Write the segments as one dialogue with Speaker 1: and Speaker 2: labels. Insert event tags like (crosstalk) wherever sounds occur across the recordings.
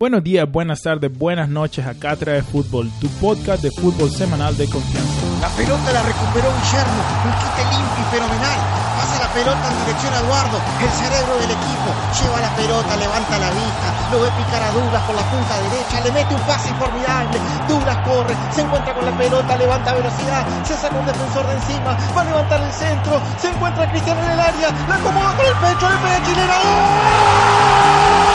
Speaker 1: Buenos días, buenas tardes, buenas noches. Acá trae fútbol, tu podcast de fútbol semanal de confianza.
Speaker 2: La pelota la recuperó Guillermo, un quite limpio y fenomenal. Pasa la pelota en dirección a Eduardo, el cerebro del equipo. Lleva la pelota, levanta la vista, lo ve picar a Douglas por la punta derecha, le mete un pase formidable. Douglas corre, se encuentra con la pelota, levanta velocidad, se saca un defensor de encima, va a levantar el centro, se encuentra Cristiano en el área, la acomoda con el pecho, le pega a Chilena.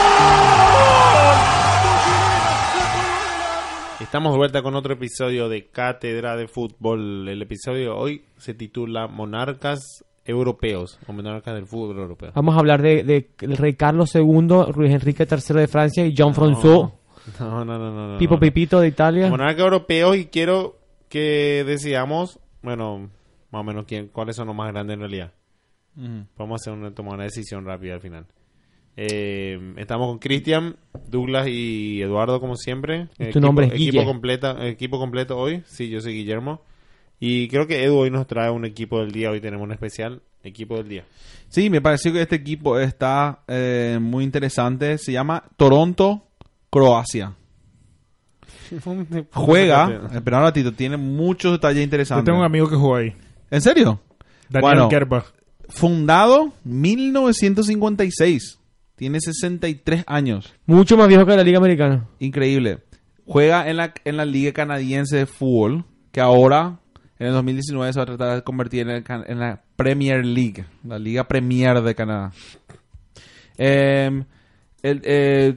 Speaker 2: ¡Gol! Con Chilena, la colgó en el área.
Speaker 3: Estamos de vuelta con otro episodio de Cátedra de Fútbol. El episodio de hoy se titula Monarcas Europeos o Monarcas del Fútbol Europeo.
Speaker 4: Vamos a hablar de, de el rey Carlos II, Luis Enrique III de Francia y John François,
Speaker 3: No, no, no, no. no,
Speaker 4: Pipo
Speaker 3: no.
Speaker 4: Pipito de Italia.
Speaker 3: Monarca Europeo y quiero que decíamos, bueno, más o menos quién, cuáles son los más grandes en realidad. Vamos a hacer una, tomar una decisión rápida al final. Eh, estamos con Cristian, Douglas y Eduardo como siempre. Equipo-
Speaker 4: nombre es
Speaker 3: equipo
Speaker 4: Guille.
Speaker 3: completa, equipo completo hoy. Sí, yo soy Guillermo. Y creo que Edu hoy nos trae un equipo del día. Hoy tenemos un especial equipo del día.
Speaker 5: Sí, me pareció que este equipo está eh, muy interesante. Se llama Toronto, Croacia. Juega, espera un ratito, tiene muchos detalles
Speaker 1: Yo
Speaker 5: interesantes.
Speaker 1: tengo un amigo que jugó ahí,
Speaker 5: ¿En serio?
Speaker 1: Daniel
Speaker 5: Bueno.
Speaker 1: Gerba.
Speaker 5: Fundado 1956. Tiene 63 años.
Speaker 4: Mucho más viejo que la Liga Americana.
Speaker 5: Increíble. Juega en la, en la Liga Canadiense de Fútbol, que ahora, en el 2019, se va a tratar de convertir en, el can- en la Premier League, la Liga Premier de Canadá. Eh, el- eh,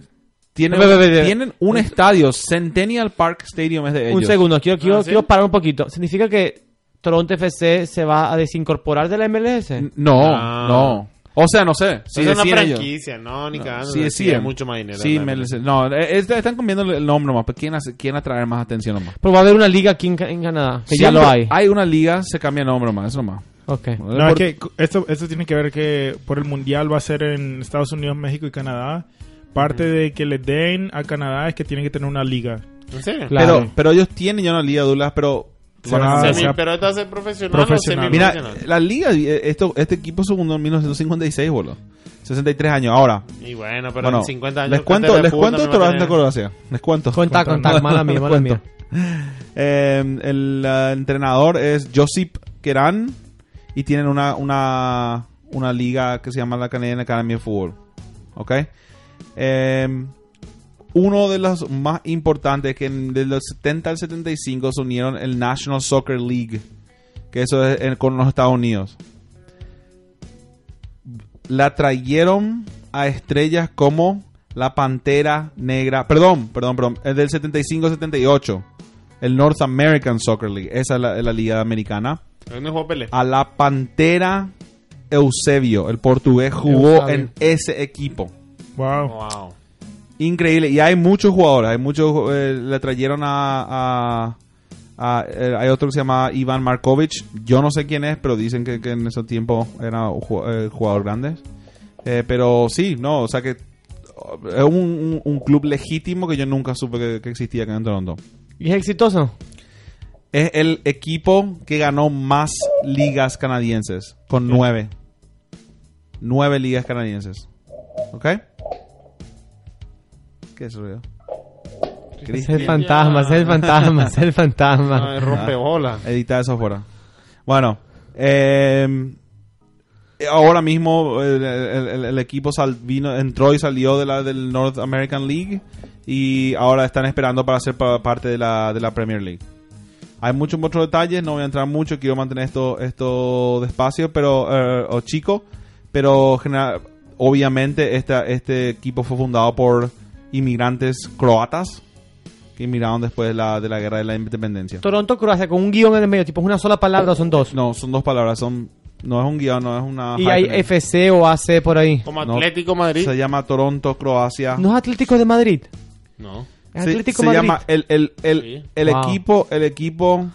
Speaker 5: tienen,
Speaker 4: Ve, ve, ve, ve.
Speaker 5: tienen un estadio, Centennial Park Stadium es de ellos.
Speaker 4: Un segundo, quiero, quiero,
Speaker 3: Ah, ¿sí?
Speaker 4: quiero parar un poquito. ¿Significa que Toronto FC se va a desincorporar de la MLS?
Speaker 5: N- Eh, No,
Speaker 3: Ah.
Speaker 5: no. O sea, no sé. Si
Speaker 3: No es una
Speaker 5: deciden ellos.
Speaker 3: franquicia, no, ni cagando.
Speaker 5: Si
Speaker 3: Sí,
Speaker 5: deciden.
Speaker 3: mucho más dinero.
Speaker 5: Sí,
Speaker 3: la
Speaker 5: me-
Speaker 3: MLS.
Speaker 5: no, eh, est- están comiendo el nombre nomás. pues, pero ¿Quién, hace- quién atraer más atención nomás?
Speaker 4: Pero va a haber una liga aquí en, Ca- en Canadá, que ya
Speaker 5: Siempre
Speaker 4: lo hay.
Speaker 5: Hay una liga, se cambia el nombre nomás, eso nomás.
Speaker 4: Ok.
Speaker 1: No, es
Speaker 5: Por-
Speaker 1: que cu- esto, esto tiene que ver que por el Mundial va a ser en Estados Unidos, México y Canadá. Parte de que le den a Canadá es que tienen que tener una liga.
Speaker 3: ¿En serio?
Speaker 4: Claro.
Speaker 5: Pero, pero ellos tienen ya una liga, Douglas, pero...
Speaker 1: Se va-
Speaker 5: Bueno,
Speaker 1: Ah,
Speaker 3: Semi-
Speaker 1: o sea,
Speaker 3: pero esto hace profesional,
Speaker 1: profesional.
Speaker 3: o
Speaker 5: mira,
Speaker 3: semiprofesional.
Speaker 5: la liga, eh, esto, este equipo se fundó en 1956, boludo. 63 años. Ahora,
Speaker 3: y bueno, pero
Speaker 5: bueno,
Speaker 3: en 50 años.
Speaker 5: les cuento,
Speaker 3: cuéntale a
Speaker 5: les
Speaker 3: puta,
Speaker 5: cuento
Speaker 3: no va a
Speaker 5: Toronto,
Speaker 3: tener-
Speaker 5: Croacia. Les cuento.
Speaker 4: Contá, contá, mala mía,
Speaker 5: Les
Speaker 4: mala mía.
Speaker 5: cuento. Eh, el eh, entrenador es Josip Keran y tienen una, una, una liga que se llama la Canadian Academy of Football. ¿Ok? Eh, uno de los más importantes que en- de los 70 al 75 se unieron el National Soccer League, que eso es en- con los Estados Unidos. La trajeron a estrellas como la Pantera Negra, perdón, perdón, perdón, es del 75 al 78, el North American Soccer League, esa es la, la liga americana.
Speaker 3: ¿Dónde jugó Pelé?
Speaker 5: A la Pantera Eusebio, el portugués, jugó
Speaker 4: Eusebio.
Speaker 5: en ese equipo. Ah.
Speaker 1: Wow.
Speaker 3: Wow.
Speaker 5: Increíble. Y hay muchos jugadores. Hay muchos. eh, le trajeron a. a- a- eh, hay otro que se llama Iván Markovic. Yo no sé quién es, pero dicen que, que en ese tiempo era un ju- eh, jugador grande. Eh, pero sí, no. O sea que. oh, Es un, un- un club legítimo que yo nunca supe que, que existía acá en Toronto.
Speaker 4: ¿Y es exitoso?
Speaker 5: Es el equipo que ganó más ligas canadienses. Con nueve. Nueve ligas canadienses. ¿Ok? ¿Qué es eso?
Speaker 4: Es el fantasma, es el fantasma, es
Speaker 3: (laughs)
Speaker 4: el fantasma.
Speaker 3: Ah, rompe bola.
Speaker 5: Edita eso fuera. Bueno, eh, ahora mismo el, el- el- el equipo sal- vino, entró y salió de la del North American League y ahora están esperando para ser pa- parte de la, de la Premier League. Hay muchos otros detalles, no voy a entrar mucho, quiero mantener esto, esto despacio, pero eh, o chico, pero general- obviamente esta, este equipo fue fundado por inmigrantes croatas que miraron después la, de la guerra de la independencia.
Speaker 4: Toronto, Croacia, con un guión en el medio, tipo es una sola palabra o son dos.
Speaker 5: No, son dos palabras, son no es un guión, no es una
Speaker 4: y hay
Speaker 5: hyperlink.
Speaker 4: FC o AC por ahí.
Speaker 3: Como
Speaker 5: Ah. No.
Speaker 3: Atlético Madrid.
Speaker 5: Se llama Toronto, Croacia.
Speaker 4: ¿No es Atlético de Madrid?
Speaker 3: No.
Speaker 4: ¿Es
Speaker 5: Se-
Speaker 4: Atlético
Speaker 5: se
Speaker 4: Madrid?
Speaker 5: llama el, el, el,
Speaker 3: Sí.
Speaker 5: el
Speaker 4: Wow.
Speaker 5: equipo, el equipo,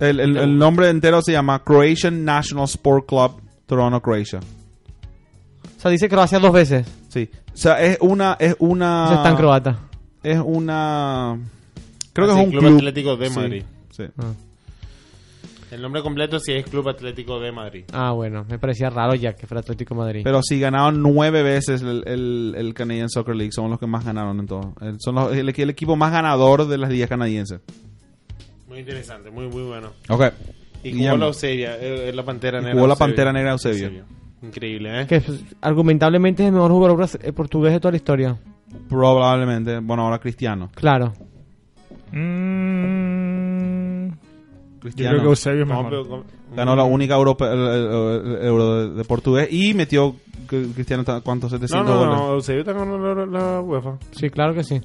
Speaker 5: el, el- el nombre entero se llama Croatian National Sport Club Toronto, Croatia.
Speaker 4: O sea, dice Croacia dos veces.
Speaker 5: Sí. O sea, es una, es una.
Speaker 4: O sea, está en croata.
Speaker 5: Es una. Creo que
Speaker 3: Así,
Speaker 5: es un
Speaker 3: Club
Speaker 5: club.
Speaker 3: Atlético de
Speaker 5: Sí,
Speaker 3: Madrid.
Speaker 5: sí.
Speaker 4: Ah.
Speaker 3: El nombre completo sí es Club Atlético de Madrid.
Speaker 4: Ah, bueno, me parecía raro ya que fuera Atlético de Madrid.
Speaker 5: Pero sí, ganaron nueve veces el, el, el Canadian Soccer League. Son los que más ganaron en todo. El- Son los- el, el equipo más ganador de las ligas canadienses.
Speaker 3: Muy interesante, muy, muy bueno.
Speaker 5: Ok.
Speaker 3: Y jugó
Speaker 5: Guillermo.
Speaker 3: la Eusebia, eh, eh, la Pantera
Speaker 5: Y
Speaker 3: Negra.
Speaker 5: jugó la
Speaker 3: Eusebio.
Speaker 5: Pantera Negra Eusebio.
Speaker 3: Increíble, ¿eh?
Speaker 4: que pues, argumentablemente es el mejor jugador bras- eh, portugués de toda la historia.
Speaker 5: Probablemente. Bueno, ahora Cristiano.
Speaker 4: Claro.
Speaker 1: Mm, yo
Speaker 5: Cristiano
Speaker 1: creo que Eusebio es
Speaker 3: No,
Speaker 1: mejor.
Speaker 3: pero con-
Speaker 5: ganó la única Europa, el- el- el- el euro de, de portugués y metió que- Cristiano ta- ¿cuántos?
Speaker 3: No,
Speaker 5: 700
Speaker 3: no,
Speaker 5: goles.
Speaker 3: no, Eusebio está ganó la, la UEFA.
Speaker 4: Sí, claro que sí.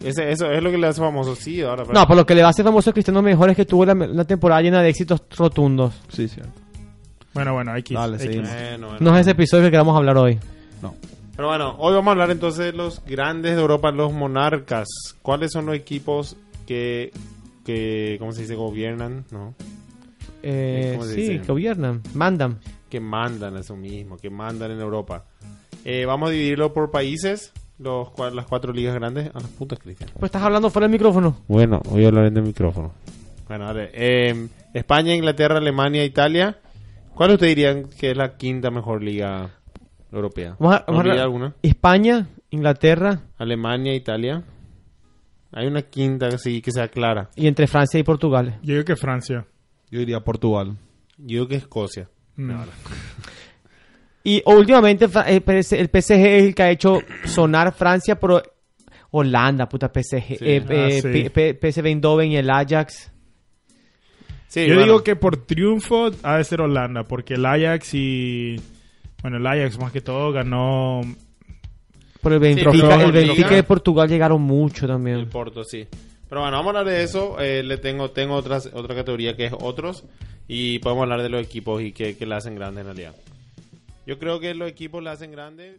Speaker 3: Ese, eso es lo que le hace famoso. Sí, ahora. pero-
Speaker 4: No, por lo que le hace famoso a Cristiano mejor es que tuvo la, la temporada llena de éxitos rotundos.
Speaker 5: Sí, cierto.
Speaker 1: Bueno, bueno, X.
Speaker 5: Dale,
Speaker 1: X.
Speaker 5: seguimos.
Speaker 3: Bueno, bueno.
Speaker 4: No es ese episodio que queramos hablar hoy.
Speaker 5: No.
Speaker 3: Pero bueno, hoy vamos a hablar entonces de los grandes de Europa, los monarcas. ¿Cuáles son los equipos que, que ¿cómo se dice? Gobiernan, ¿no?
Speaker 4: Eh,
Speaker 3: ¿Cómo se
Speaker 4: sí,
Speaker 3: dice?
Speaker 4: gobiernan, mandan.
Speaker 3: Que mandan eso mismo, que mandan en Europa. Eh, vamos a dividirlo por países, los, cua- las cuatro ligas grandes. A las putas, Cristian.
Speaker 4: Pues estás hablando fuera del micrófono.
Speaker 3: Bueno, voy a hablar en el micrófono. Bueno, dale. Eh, España, Inglaterra, Alemania, Italia. ¿Cuál ustedes dirían que es la quinta mejor liga europea?
Speaker 4: Vamos a-
Speaker 3: ¿No
Speaker 4: vamos a-
Speaker 3: olvidé alguna?
Speaker 4: España, Inglaterra
Speaker 3: Alemania, Italia. Hay una quinta que sí que sea clara.
Speaker 4: y entre Francia y Portugal.
Speaker 1: Yo digo que Francia.
Speaker 5: Yo diría Portugal.
Speaker 3: Yo creo que Escocia.
Speaker 1: Mm.
Speaker 4: Y o, últimamente Fra- el PS- el PSG es el que ha hecho sonar Francia, pero Holanda, puta PSG, eh,
Speaker 1: Ah,
Speaker 4: eh,
Speaker 1: sí.
Speaker 4: P- P- PSV Eindhoven y el Ajax.
Speaker 3: Sí,
Speaker 1: Yo
Speaker 3: bueno,
Speaker 1: digo que por triunfo ha de ser Holanda, porque el Ajax y... Bueno, el Ajax más que todo ganó...
Speaker 4: Por el Benfica,
Speaker 3: trofeo
Speaker 4: el
Speaker 3: Bundesliga.
Speaker 4: Benfica de Portugal llegaron mucho
Speaker 3: el
Speaker 4: también.
Speaker 3: Porto, sí. Pero bueno, vamos a hablar de eso. Eh, le tengo tengo otras, otra categoría que es otros. Y podemos hablar de los equipos y que, que la hacen grande en realidad. Yo creo que los equipos la hacen grande.